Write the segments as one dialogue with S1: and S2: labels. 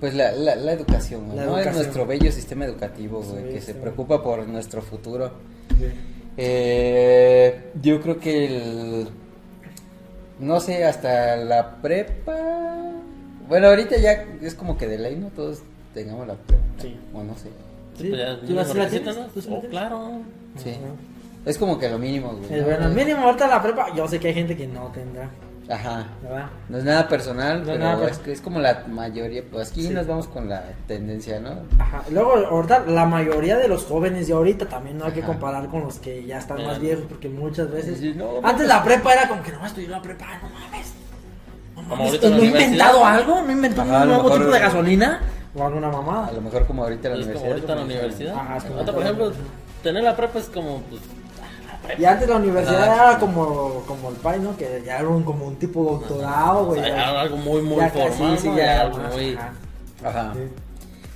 S1: Pues la, la, la educación, güey,
S2: La
S1: ¿no? Es
S2: educación.
S1: nuestro bello sistema educativo,
S2: Nuestro
S1: güey,
S2: bello
S1: que se
S2: sistema.
S1: preocupa por nuestro futuro.
S2: Sí.
S1: Eh, yo creo que el... No sé, hasta la prepa... Bueno, ahorita ya es como que de ley, ¿no? Todos tengamos la prepa.
S2: Sí.
S1: O no sé.
S2: Sí,
S3: Pues ya,
S2: ¿Tú la,
S3: ¿sí
S2: sí
S3: la
S2: la
S3: tienes?
S2: tienes? ¿Tú sí la
S3: Oh,
S2: tienes?
S3: claro.
S1: Sí.
S2: Ajá.
S1: Es como que lo mínimo, güey.
S2: Eh,
S1: ¿no?
S2: bueno, mínimo ahorita la prepa, yo sé que hay gente que no tendrá,
S1: Ajá.
S2: ¿verdad?
S1: No es nada personal,
S2: No es
S1: pero
S2: nada
S1: es,
S2: personal.
S1: que es como la mayoría. Pues aquí
S2: Sí.
S1: nos vamos con la tendencia, ¿no?
S2: Ajá. y Luego, ahorita, la mayoría de los jóvenes de ahorita también no hay que
S1: Ajá.
S2: comparar con los que ya están
S3: Claro.
S2: más viejos, porque muchas veces.
S1: Sí, no,
S2: Antes la prepa era como que no estudié la prepa, no mames. No
S3: Como
S2: mames,
S3: ahorita en la
S2: ¿no he inventado
S3: universidad.
S2: algo? ¿No he inventado
S1: Ajá, a
S2: un
S1: lo
S2: nuevo
S1: mejor-
S2: tipo de gasolina? ¿O alguna
S1: A
S2: mamada?
S1: lo mejor como ahorita la
S3: Es Pues como
S1: universidad.
S3: ahorita la universidad.
S2: Ajá, es como
S3: Ahorita, por
S2: ahorita la
S3: ejemplo, tener la prepa es como, pues,
S2: Y antes la universidad
S3: Ah,
S2: era
S3: sí.
S2: como, como el país, ¿no? Que ya era un, como un tipo doctorado, güey.
S3: hay algo muy, muy
S2: Pues Ya casi,
S3: formal,
S2: sí,
S3: ¿no?
S2: ya
S3: algo
S2: más,
S3: muy... Ah.
S2: ajá.
S1: Ajá.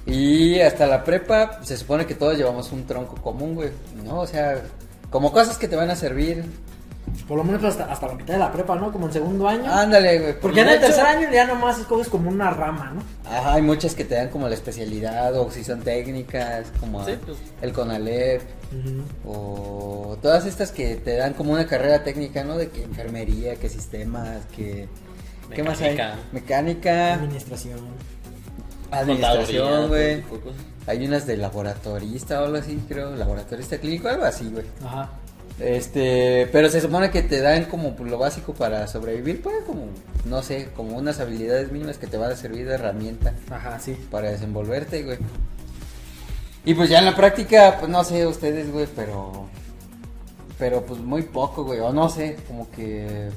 S2: Sí.
S1: Y hasta la prepa, se supone que todos llevamos un tronco común, güey. ¿No? O sea, como cosas que te van a servir.
S2: Por lo menos hasta, hasta la mitad de la prepa, ¿no? Como el segundo año.
S1: Ándale, güey.
S2: Porque en
S1: Ah, de
S2: el
S1: hecho-
S2: tercer año ya nomás escoges como una rama, ¿no?
S1: Ajá, hay muchas que te dan como la especialidad o si son técnicas, como
S3: Sí, pues.
S1: el CONALEP. O todas estas que te dan como una carrera técnica, ¿no? De que enfermería, que sistemas, que... ¿Qué más hay?
S3: Mecánica.
S1: Mecánica,
S2: Administración.
S1: administración,
S3: contaduría,
S1: güey.
S3: todo tipo de cosas.
S1: Hay unas de laboratorista o algo así, creo. Laboratorista clínico, algo así, güey.
S2: Ajá.
S1: Este, pero se supone que te dan como lo básico para sobrevivir, pues como, no sé, como unas habilidades mínimas que te van a servir de herramienta
S2: Ajá, sí.
S1: para desenvolverte, güey. Y pues ya en la práctica, pues no sé ustedes, güey, pero. Pero pues muy poco, güey, o no sé, como que.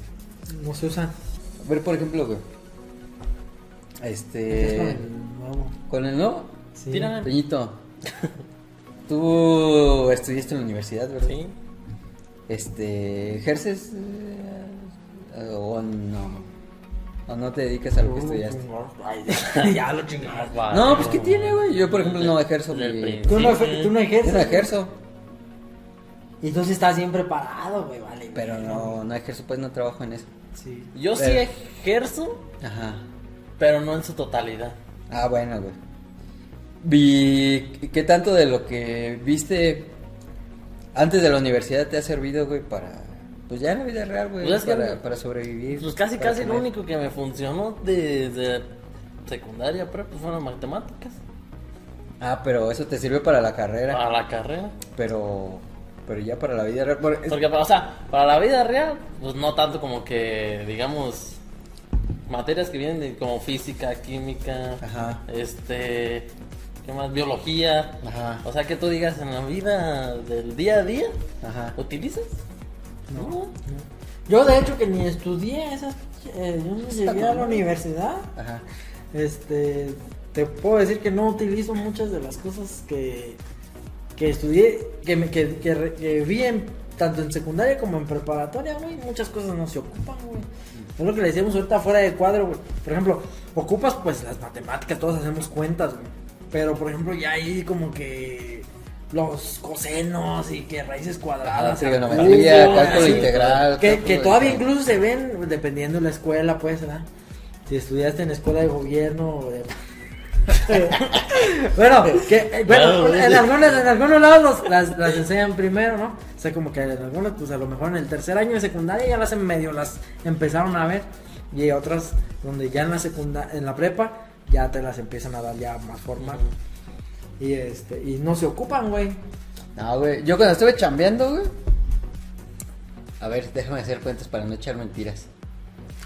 S2: No se usan.
S1: A ver, por ejemplo, güey.
S2: Es con
S1: Este.
S2: el nuevo.
S1: Con el no,
S2: Sí.
S3: Tírala.
S1: Peñito. Tú estudiaste en la universidad, ¿verdad?
S3: Sí.
S1: Este. ¿Ejerces? eh, o no? ¿O no te dedicas a lo que estudiaste?
S2: Ay, ya- ya lo
S3: Ah,
S2: chingaste.
S3: guau.
S1: No, pues ¿qué tiene, güey? Yo, por ejemplo, no ejerzo
S3: Del
S1: mi-
S3: principio.
S2: Tú no,
S3: Sí.
S2: ejer- tú no
S1: Yo
S2: ejerces.
S1: no ejerzo.
S2: Y entonces estás bien preparado, güey, vale.
S1: Pero
S2: güey.
S1: no, no ejerzo, pues no trabajo en eso.
S2: Sí.
S3: Yo sí
S1: Pero-
S3: ejerzo,
S1: Ajá.
S3: pero no en su totalidad.
S1: Ah, bueno, güey. Vi, ¿Qué tanto de lo que viste antes de la universidad te ha servido, güey, para. Pues ya en la vida real, güey.
S3: Pues es que-
S1: para, para sobrevivir.
S3: Pues casi,
S1: para
S3: casi lo
S1: comer.
S3: único que me funcionó desde secundaria, prepa, fueron las matemáticas.
S1: Ah, pero eso te sirve para la carrera.
S3: Para la carrera.
S1: Pero. Pero ya para la vida real. por- es-
S3: Porque, o sea, para la vida real, pues no tanto como que, digamos, materias que vienen de- como física, química,
S1: Ajá.
S3: este, ¿qué más? Biología.
S1: Ajá.
S3: O sea, que tú digas en la vida del día a día,
S1: Ajá.
S3: ¿utilizas? No.
S2: Yo, de hecho, que ni estudié esas. eh, yo ni llegué a la
S1: mamón.
S2: universidad.
S1: Ajá.
S2: Este, te puedo decir que no utilizo muchas de las cosas que, que estudié, que, me- que, que re- que vi en, tanto en secundaria como en preparatoria, güey. Muchas cosas no se ocupan, güey. Es lo que le decíamos ahorita fuera de cuadro, güey. Por ejemplo, ocupas pues las matemáticas, todos hacemos cuentas, güey. Pero por ejemplo, ya ahí como que los cosenos y que raíces cuadradas.
S1: Ajá, trigonometría,
S2: cúbicos,
S1: cálculo
S2: así,
S1: integral,
S2: Que,
S1: cálculo
S2: que todavía
S1: integral.
S2: incluso se ven, dependiendo de la escuela, pues, ¿verdad? Si estudiaste en escuela de gobierno o de- bueno, que, eh, bueno,
S3: Claro,
S2: en algunos, en algunos lados los- las, las enseñan primero, ¿no? O sea, como que en algunos, pues a lo mejor en el tercer año de secundaria ya las en medio las empezaron a ver. Y hay otras donde ya en la secunda, en la prepa, ya te las empiezan a dar ya más formal. Y este, y no se ocupan, güey.
S1: No, güey. Yo cuando estuve chambeando, güey. A ver, déjame hacer cuentas para no echar mentiras.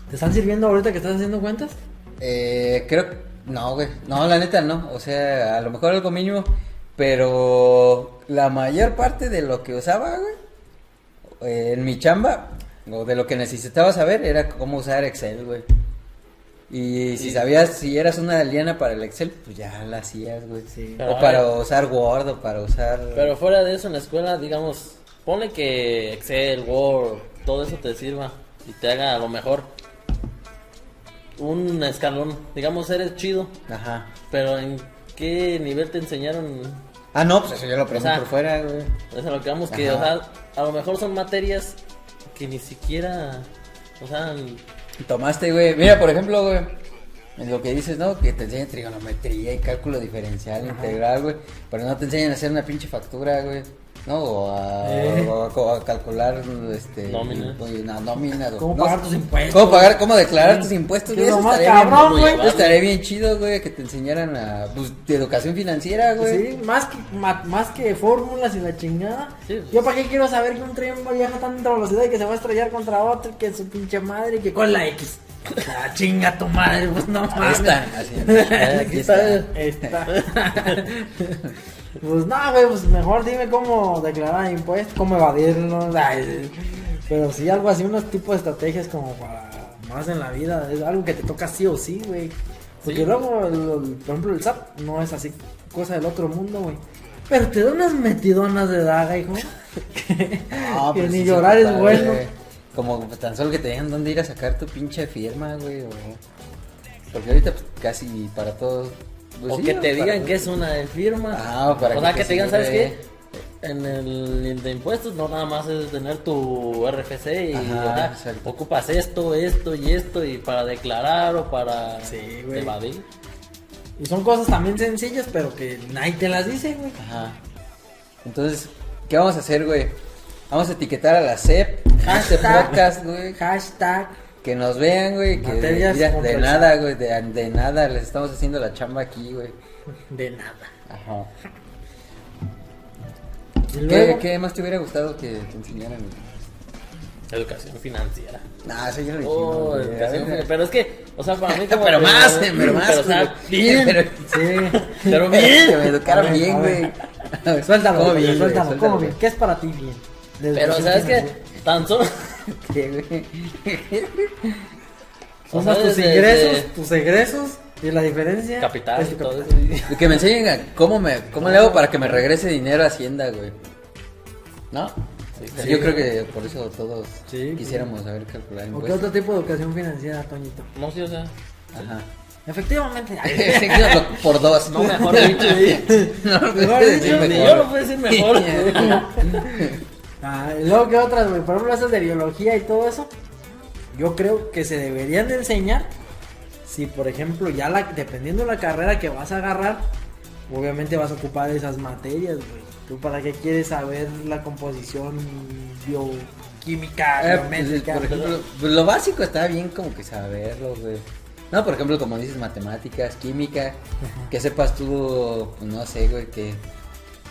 S2: ¿Te están sirviendo ahorita que estás haciendo cuentas?
S1: Eh, creo. No, güey. No, la neta no. O sea, a lo mejor algo mínimo. Pero la mayor parte de lo que usaba, güey. eh, en mi chamba. O de lo que necesitaba saber era cómo usar Excel, güey. Y si
S3: Sí.
S1: sabías, si eras una aliena para el Excel, pues ya la hacías, güey.
S2: Sí.
S3: Pero,
S1: o
S3: a
S1: para
S3: ver.
S1: usar Word, o para usar.
S3: Pero fuera de eso, en la escuela, digamos, pone que Excel, Word, todo eso te sirva y te haga a lo mejor un escalón. Digamos, eres chido,
S1: Ajá.
S3: pero ¿en qué nivel te enseñaron?
S1: Ah, no, pues eso yo lo aprendí
S3: sea,
S1: por fuera, güey.
S3: Es a lo que vamos, que, o
S1: Ajá.
S3: sea, a lo mejor son materias que ni siquiera, o sea,
S1: Tomaste, güey. Mira, por ejemplo, güey. Es lo que dices, ¿no? Que te enseñan trigonometría y cálculo diferencial, integral, güey. Pero no te enseñan a hacer una pinche factura, güey. ¿No? O a,
S2: Eh.
S1: o a- o a calcular, este...
S3: Nóminas.
S1: pues, no, nóminas, güey.
S2: ¿Cómo
S1: No,
S2: pagar tus impuestos?
S1: ¿Cómo pagar, cómo declarar
S2: Sí.
S1: tus impuestos,
S2: Que
S1: güey?
S2: lo
S1: Eso
S2: más
S1: estaría bien,
S2: cabrón,
S1: güey.
S2: güey.
S1: Eso estaría bien chido, güey, que te enseñaran a... Pues, de educación financiera, güey.
S2: Sí, más que, ma- más que fórmulas y la chingada.
S3: Sí, pues.
S2: Yo para qué quiero saber que un tren viaja a tanta velocidad y que se va a estrellar contra otro y que su pinche madre y que con la X. La chinga tu madre, pues no
S1: Ahí
S2: mames.
S1: está, así es. Aquí está.
S2: Está. pues nada, güey, pues mejor dime cómo declarar impuestos, cómo evadirnos. ay, Pero sí, algo así, unos tipos de estrategias como para más en la vida. Es algo que te toca sí o sí, güey. Porque
S3: Sí.
S2: luego, el- el- por ejemplo, el SAT no es así, cosa del otro mundo, güey. Pero te da unas metidonas de daga, hijo. que
S1: No,
S2: que
S1: Ah, pero
S2: ni
S1: sí se
S2: llorar es
S1: puede,
S2: bueno.
S1: güey. Como tan solo que te digan dónde ir a sacar tu pinche firma, güey. o- Porque ahorita pues, casi para todos. pues,
S3: o
S1: sí,
S3: que
S1: ¿no?
S3: te
S1: Para
S3: digan
S1: todos.
S3: que es una de firma.
S1: Ah, para
S3: o
S1: que
S3: sea,
S1: te eh.
S3: que, te digan, ¿sabes
S1: sirve.
S3: qué? En el, el de impuestos no nada más es tener tu RFC y
S1: Ajá,
S3: ah,
S1: exacto.
S3: ocupas esto, esto y esto y para declarar o para
S2: Sí, güey.
S3: evadir.
S2: Y son cosas también sencillas, pero que nadie te las dice, güey.
S1: Ajá. Entonces, ¿qué vamos a hacer, güey? Vamos a etiquetar a la CEP, a este
S2: Hashtag.
S1: podcast, güey.
S2: Hashtag.
S1: Que nos vean, güey. Que
S2: Materias
S1: mira, de
S2: contra-
S1: nada, güey. De, de nada, les estamos haciendo la chamba aquí, güey.
S2: De nada.
S1: Ajá.
S2: Y
S1: ¿Qué,
S2: luego-
S1: qué más te hubiera gustado que te enseñaran?
S3: Educación financiera.
S1: Nah, eso ya lo dijimos,
S3: Oh,
S1: güey. A
S3: educación
S1: ver,
S3: financiera. pero es que, o sea, para mí como
S1: Pero
S3: que-
S1: más, pero más.
S3: pero, o sea,
S1: güey.
S3: bien.
S1: Pero-
S2: Sí.
S1: Pero bien. Que me educaron bien, güey. A ver,
S2: Suéltalo,
S1: ¿cómo
S2: güey,
S1: bien, güey?
S2: suéltalo, ¿cómo bien?
S1: güey.
S2: ¿Qué es para ti bien?
S3: Pero,
S2: Desde-
S3: ¿sabes qué? Tan solo...
S1: ¿Qué, güey?
S2: O sea, tus
S3: Desde-
S2: ingresos, tus egresos y la diferencia.
S3: Capital
S2: es
S3: y
S2: tu
S3: todo
S2: capital.
S3: eso.
S1: Que me enseñen a cómo, me, cómo le hago para que me regrese dinero a Hacienda, güey. ¿No?
S3: sí.
S1: Yo creo que por eso todos
S2: Sí,
S1: quisiéramos saber calcular
S2: ¿O
S3: pues.
S2: qué
S1: impuestos.
S2: otro tipo de educación financiera, Toñito?
S3: No, sí, o sea...
S1: Ajá.
S2: Efectivamente. ay,
S1: Digámoslo por dos.
S3: No, mejor dicho,
S1: No,
S2: Mejor
S1: puedes decir
S2: dicho,
S3: ni
S1: mejor.
S3: yo lo puedo decir mejor.
S2: Ah, y luego, ¿qué otras, güey? Por ejemplo, esas de biología y todo eso. Yo creo que se deberían de enseñar. Si, por ejemplo, ya la, dependiendo de la carrera que vas a agarrar, obviamente vas a ocupar esas materias, güey. ¿Tú para qué quieres saber la composición bioquímica,
S1: Eh, pues,
S2: biométrica?
S1: por ejemplo, pues, lo básico está bien como que saberlo, güey. No, por ejemplo, como dices, matemáticas, química, que sepas tú, pues, no sé, güey, que,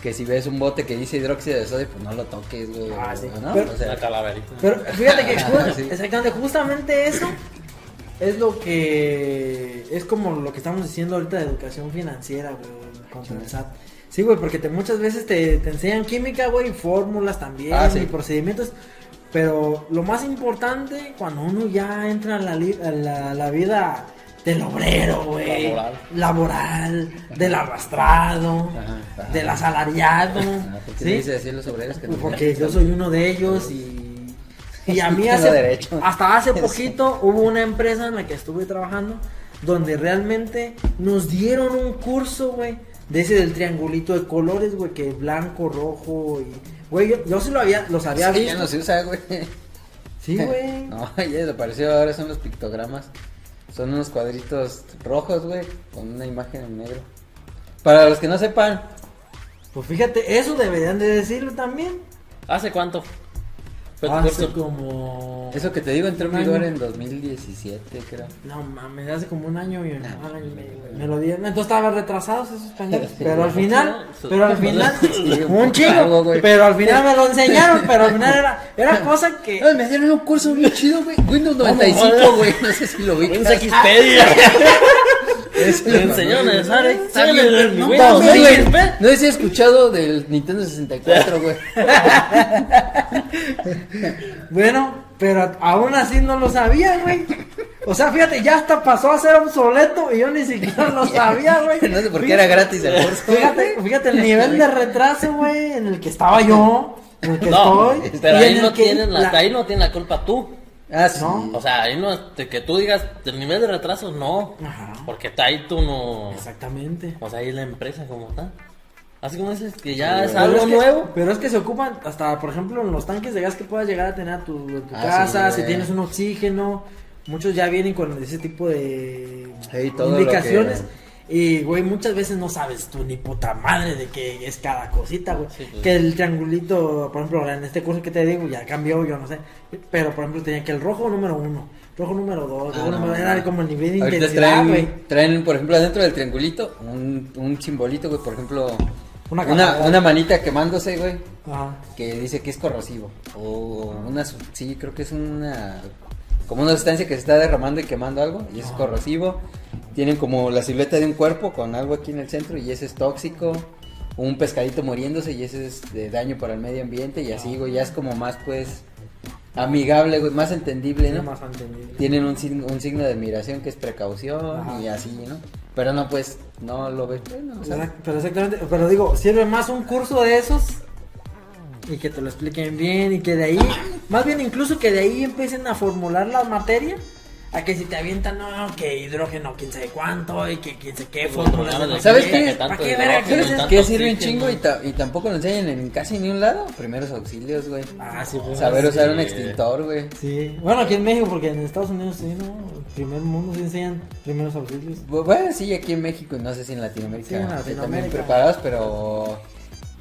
S1: que si ves un bote que dice hidróxido de sodio, pues no lo toques, güey.
S2: Ah,
S1: o-
S2: sí.
S1: ¿no?
S2: Pero-
S1: O
S3: La
S1: sea,
S3: calaverita.
S2: Pero fíjate que ju-
S1: Sí.
S2: exactamente, justamente eso es lo que es como lo que estamos diciendo ahorita de educación financiera, güey, contra el SAT. Sí, güey, porque te, muchas veces te, te enseñan química, güey, y fórmulas también,
S1: Ah, sí.
S2: y procedimientos. Pero lo más importante, cuando uno ya entra a la, li- a la, la vida del obrero, güey.
S3: Laboral.
S2: laboral, del arrastrado,
S1: Ajá, ajá.
S2: del asalariado.
S1: ah, ¿por qué
S2: ¿sí?
S1: le dices así a los obreros que
S2: Pues
S1: no-
S2: Porque yo soy uno de ellos y, y a mí
S1: Tengo
S2: hace,
S1: derecho.
S2: hasta hace poquito hubo una empresa en la que estuve trabajando donde realmente nos dieron un curso, güey, de ese del triangulito de colores, güey, que blanco, rojo y... Güey, yo, yo sí lo había, los había
S1: Es que ya
S2: visto.
S1: no se usa, güey.
S2: Sí, güey.
S1: No, ya desapareció, ahora son los pictogramas. Son unos cuadritos rojos, güey, con una imagen en negro. Para los que no sepan,
S2: Pues fíjate, eso deberían de decirlo también.
S3: ¿Hace cuánto? Fue tu
S2: Hace
S3: curso.
S2: como...
S1: eso que te digo entró en
S2: Un año.
S1: vigor en 2017, creo.
S2: No mames, hace como un año y
S1: No.
S2: ay, Ah, me, me lo dieron. Entonces estaban retrasados esos pendejos.
S1: Sí.
S2: Pero al final,
S3: Sí.
S2: pero al final,
S1: Sí,
S2: un
S1: algo,
S2: chingo.
S1: güey.
S2: Pero al final me lo enseñaron. Pero al final era, era cosa que.
S1: Ay, me dieron un curso bien chido, güey. Pues Windows 95, güey. No sé si lo vi.
S3: Un Xpedia. Me enseñaron a usar Excel.
S1: No,
S3: No,
S1: mames, güey.
S3: güey.
S1: no sé si he escuchado del Nintendo 64, güey.
S2: Bueno, pero aún así no lo sabía, güey. O sea, fíjate, ya hasta pasó a ser obsoleto y yo ni siquiera lo sabía, güey.
S1: No sé por qué era gratis el curso. Ah,
S2: Fíjate, fíjate el nivel de retraso, güey, en el que estaba yo, en el que
S3: No,
S2: estoy.
S3: pero
S2: y en
S3: ahí
S2: el
S3: no,
S2: que
S3: tienen la,
S2: la-
S3: ahí no tiene la culpa tú.
S1: Ah, sí.
S2: No.
S3: O sea, ahí no, te- que tú digas el nivel de retraso, no.
S2: Ajá.
S3: Porque ahí tú no.
S2: Exactamente.
S3: O sea, ahí la empresa como tal. Así como dices que ya es
S2: Pero
S3: algo
S2: es que-
S3: nuevo.
S2: Pero es que se ocupan hasta, por ejemplo, en los tanques de gas que puedas llegar a tener a tu, en tu
S1: Ah, sí,
S2: casa, si
S1: güey.
S2: tienes un oxígeno, Muchos ya vienen con ese tipo de
S1: Sí, todo lo
S2: indicaciones.
S1: que-
S2: Y, güey, muchas veces no sabes tú ni puta madre de qué es cada cosita, güey.
S3: Sí, pues.
S2: Que el triangulito, por ejemplo, en este curso que te digo, ya cambió, yo no sé. Pero, por ejemplo, tenía que el rojo número uno, rojo número dos,
S1: Ah,
S2: rojo
S1: no,
S2: número...
S1: no.
S2: Era como el nivel de
S1: Ahorita
S2: intensidad, güey.
S1: traen, traen, por ejemplo, adentro del triangulito, un, un simbolito, güey, por ejemplo,
S2: Una
S1: una, una,
S2: calavera.
S1: manita quemándose, güey,
S2: Ajá.
S1: que dice que es corrosivo. O una, su- sí, creo que es una, como una sustancia que se está derramando y quemando algo, y es
S2: Ajá.
S1: corrosivo. Tienen como la silueta de un cuerpo con algo aquí en el centro, y ese es tóxico. Un pescadito muriéndose, y ese es de daño para el medio ambiente, y así, güey, ya es como más, pues, amigable, güey, más entendible,
S2: Era
S1: ¿no?
S2: más entendible.
S1: tienen un, sign- un signo de admiración que es precaución
S2: Ajá.
S1: y así, ¿no? Pero no, pues, no lo ves. bueno, o sea,
S2: Exact- Pero exactamente, pero digo, sirve más un curso de esos y que te lo expliquen bien y que de ahí, más bien incluso que de ahí empiecen a formular la materia, a que si te avientan, no, que hidrógeno, quién sabe cuánto y que quién sabe qué fórmulas de no sé
S1: ¿Sabes
S2: qué?
S1: qué?
S2: ¿Para qué verga
S1: ¿Sabes
S2: quieres?
S1: qué sirve un chingo y, ta- y tampoco lo enseñan en casi ni un lado? Primeros auxilios, güey.
S2: Ah, sí, pues,
S1: Saber usar un
S3: sí.
S1: extintor, güey.
S2: Sí, bueno, aquí en México, porque en Estados Unidos sí, ¿no? El primer mundo sí enseñan primeros auxilios.
S1: Bu- Bueno, sí, aquí en México y no sé si en Latinoamérica,
S2: Sí, en
S1: eh,
S2: Latinoamérica.
S1: también preparados, pero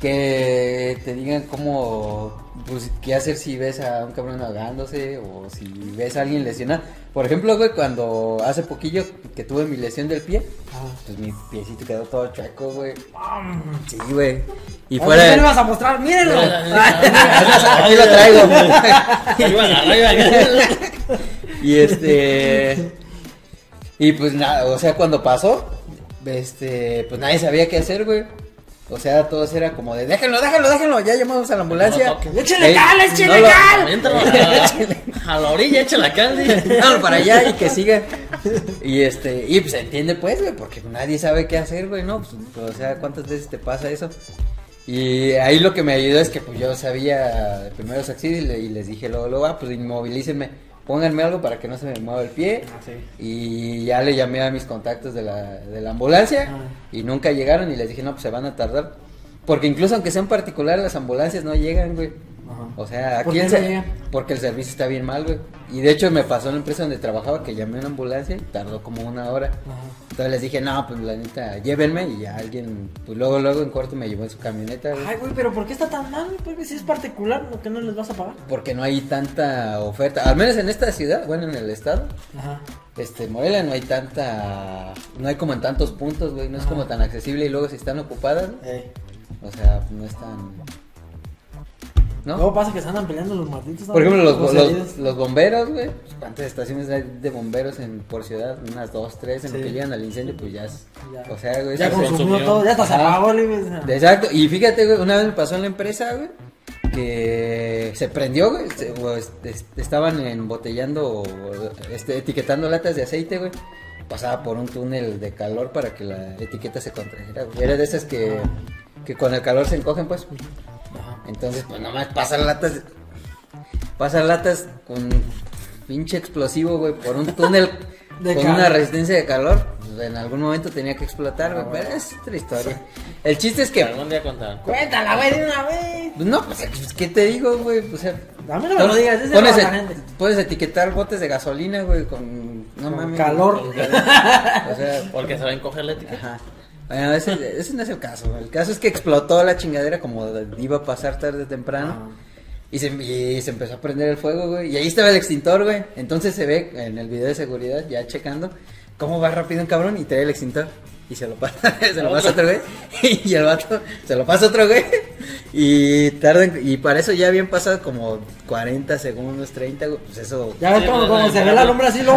S1: que te digan cómo, pues, qué hacer si ves a un cabrón ahogándose o si ves a alguien lesionado. Por ejemplo, güey, cuando hace poquillo que tuve mi lesión del pie,
S2: Ah.
S1: pues mi piecito quedó todo chueco, güey. Sí, güey. Y
S2: Ahora
S1: fuera...
S2: sí me lo vas a mostrar? ¡Mírenlo! Ah,
S1: Aquí lo traigo, güey.
S3: Arriba, arriba.
S1: Y este. Y pues nada, o sea, cuando pasó, este, pues nadie sabía qué hacer, güey. O sea, todos era como de déjenlo, déjenlo, déjenlo, ya llamamos a la ambulancia.
S3: No lo toquen.
S2: ¡Échale
S1: Ey,
S2: cal, échale
S1: no lo-
S2: cal!
S3: Adentro, a, a la orilla, echa la calde.
S1: Déjalo para allá y que siga. Y este, y pues se entiende pues, güey, porque nadie sabe qué hacer, güey, ¿no? Pues, pues, o sea, ¿cuántas veces te pasa eso? Y ahí lo que me ayudó es que pues yo sabía de primeros auxilios y, le- y les dije luego, luego, ah, pues inmovilícenme, pónganme algo para que no se me mueva el pie.
S2: Ah, sí.
S1: Y ya le llamé a mis contactos de la, de la ambulancia
S2: Ah.
S1: y nunca llegaron y les dije, no, pues se van a tardar. Porque incluso aunque sea en particular, las ambulancias no llegan, güey.
S2: Ajá.
S1: O sea,
S2: ¿Por
S1: aquí
S2: qué
S1: el
S2: no
S1: se-
S2: llegan?
S1: porque el servicio está bien mal, güey. Y de hecho me pasó en la empresa donde trabajaba que llamé a una ambulancia y tardó como una hora.
S2: Ajá.
S1: Entonces les dije, no, pues la neta, llévenme y ya alguien, pues luego, luego en corto me llevó en su camioneta, güey.
S2: Ay, güey, pero ¿por qué está tan mal? güey? Pues si es particular, ¿por qué no les vas a pagar?
S1: Porque no hay tanta oferta, al menos en esta ciudad, bueno, en el estado.
S2: Ajá.
S1: Este, Morelia no hay tanta, no hay como en tantos puntos, güey, no es
S2: Ajá.
S1: como tan accesible y luego si están ocupadas, ¿no?
S2: Ey.
S1: o sea, no es tan... ¿No?
S2: Luego pasa que se andan peleando los malditos. ¿no?
S1: Por ejemplo, los,
S2: Los heridos.
S1: los, los bomberos, güey. pues, ¿Cuántas estaciones hay de bomberos en, por ciudad? Unas dos, tres. En
S2: Sí.
S1: lo que llegan al incendio, pues ya es.
S2: Ya.
S1: O sea, güey.
S2: Ya
S1: se-
S2: consumió,
S3: consumió.
S2: todo, ya hasta se
S1: Ajá.
S2: apagó, güey. o sea.
S1: de- Exacto. Y fíjate, güey, una vez me pasó en la empresa, güey, que se prendió, güey. se- o es- es- estaban embotellando, este, etiquetando latas de aceite, güey. Pasaba por un túnel de calor para que la etiqueta se contrajera, güey. Era de esas que, que con el calor se encogen, pues.
S2: Ajá.
S1: Entonces, pues nomás pasan latas. Pasan latas con pinche explosivo, güey, por un túnel
S2: De
S1: con
S2: calor.
S1: una resistencia de calor. pues, en algún momento tenía que explotar, güey.
S2: Ah,
S1: Pero
S2: bueno.
S1: es otra historia. El chiste es que.
S3: Algún día contar.
S2: Cuéntala, güey, de una vez.
S1: pues, No, pues, ¿qué te digo, güey? O sea,
S2: A mí no me lo digas, ese
S1: pones,
S2: no la
S1: et-
S2: gente.
S1: puedes etiquetar botes de gasolina, güey, con. No
S2: Con
S1: mames.
S2: calor.
S1: con calor. o sea,
S3: Porque se va a encoger la etiqueta.
S1: Ajá. Bueno, ese, ese no es el caso. El caso es que explotó la chingadera como iba a pasar tarde o temprano. Y se, y se empezó a prender el fuego, güey. Y ahí estaba el extintor, güey. Entonces se ve en el video de seguridad, ya checando, cómo va rápido un cabrón y trae el extintor. Y se lo pasa, se lo pasa otro güey. Y el vato se lo pasa otro güey. Y tardan, y para eso ya habían pasado como 40 segundos, 30, güey. Pues eso.
S2: Ya ves
S3: Sí,
S2: cómo
S3: pues,
S2: cuando
S3: no,
S2: se
S3: no,
S2: ve
S3: no.
S2: la lumbre así, lo.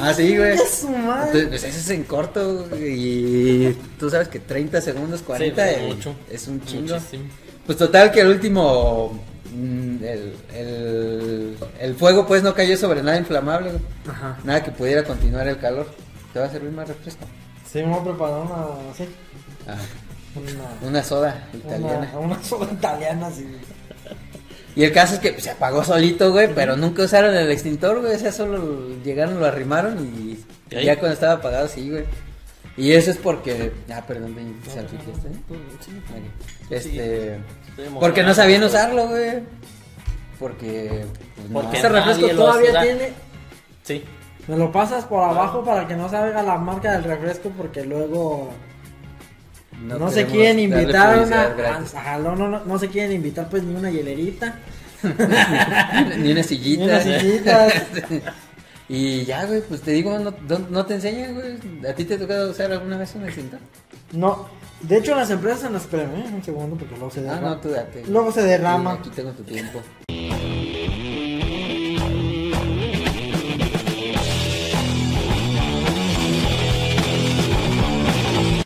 S1: Ah, sí, güey.
S2: Es su madre.
S1: Entonces, pues eso es en corto güey, y tú sabes que 30 segundos, 40
S3: Sí,
S1: eh,
S3: mucho.
S1: es un chingo.
S3: Muchísimo.
S1: Pues total que el último, mm, el, el, el fuego pues no cayó sobre nada inflamable, güey.
S2: Ajá.
S1: nada que pudiera continuar el calor. Te va a servir más refresco.
S2: Sí, me voy a preparar una. Sí.
S1: Ah,
S2: Una.
S1: una soda italiana.
S2: Una, una soda italiana, sí.
S1: Y el caso es que pues, se apagó solito, güey, pero nunca usaron el extintor, güey. O sea, solo llegaron, lo arrimaron y
S3: ¿Y ahí?
S1: ya cuando estaba apagado, sí, güey. Y eso es porque. Ah, perdón, me salpiqué este. Ok. Este.
S3: Estoy emocionado.
S1: Porque no sabían usarlo, güey. Porque. pues, no.
S3: Porque
S1: Ese refresco
S3: nadie lo
S1: todavía
S3: usa.
S1: tiene.
S3: Sí.
S2: Me lo pasas por abajo para que no salga la marca del refresco porque luego no, se
S1: queremos
S2: quieren
S1: darle
S2: invitar a
S1: publicidad
S2: una...
S1: gratis.
S2: ajá, no, no, no, no se quieren invitar pues ni una hielerita.
S1: Ni una
S2: Ni
S1: sillita.
S2: unas sillitas.
S1: Y ya, güey, pues te digo, no, no, no te enseñan, güey. ¿A ti te ha tocado usar alguna vez una cinta?
S2: No, de hecho las empresas en las... Espérame, eh, un segundo porque luego se
S1: Ah,
S2: derrama.
S1: no, tú date. güey.
S2: Luego se derrama.
S1: Sí, aquí tengo tu tiempo.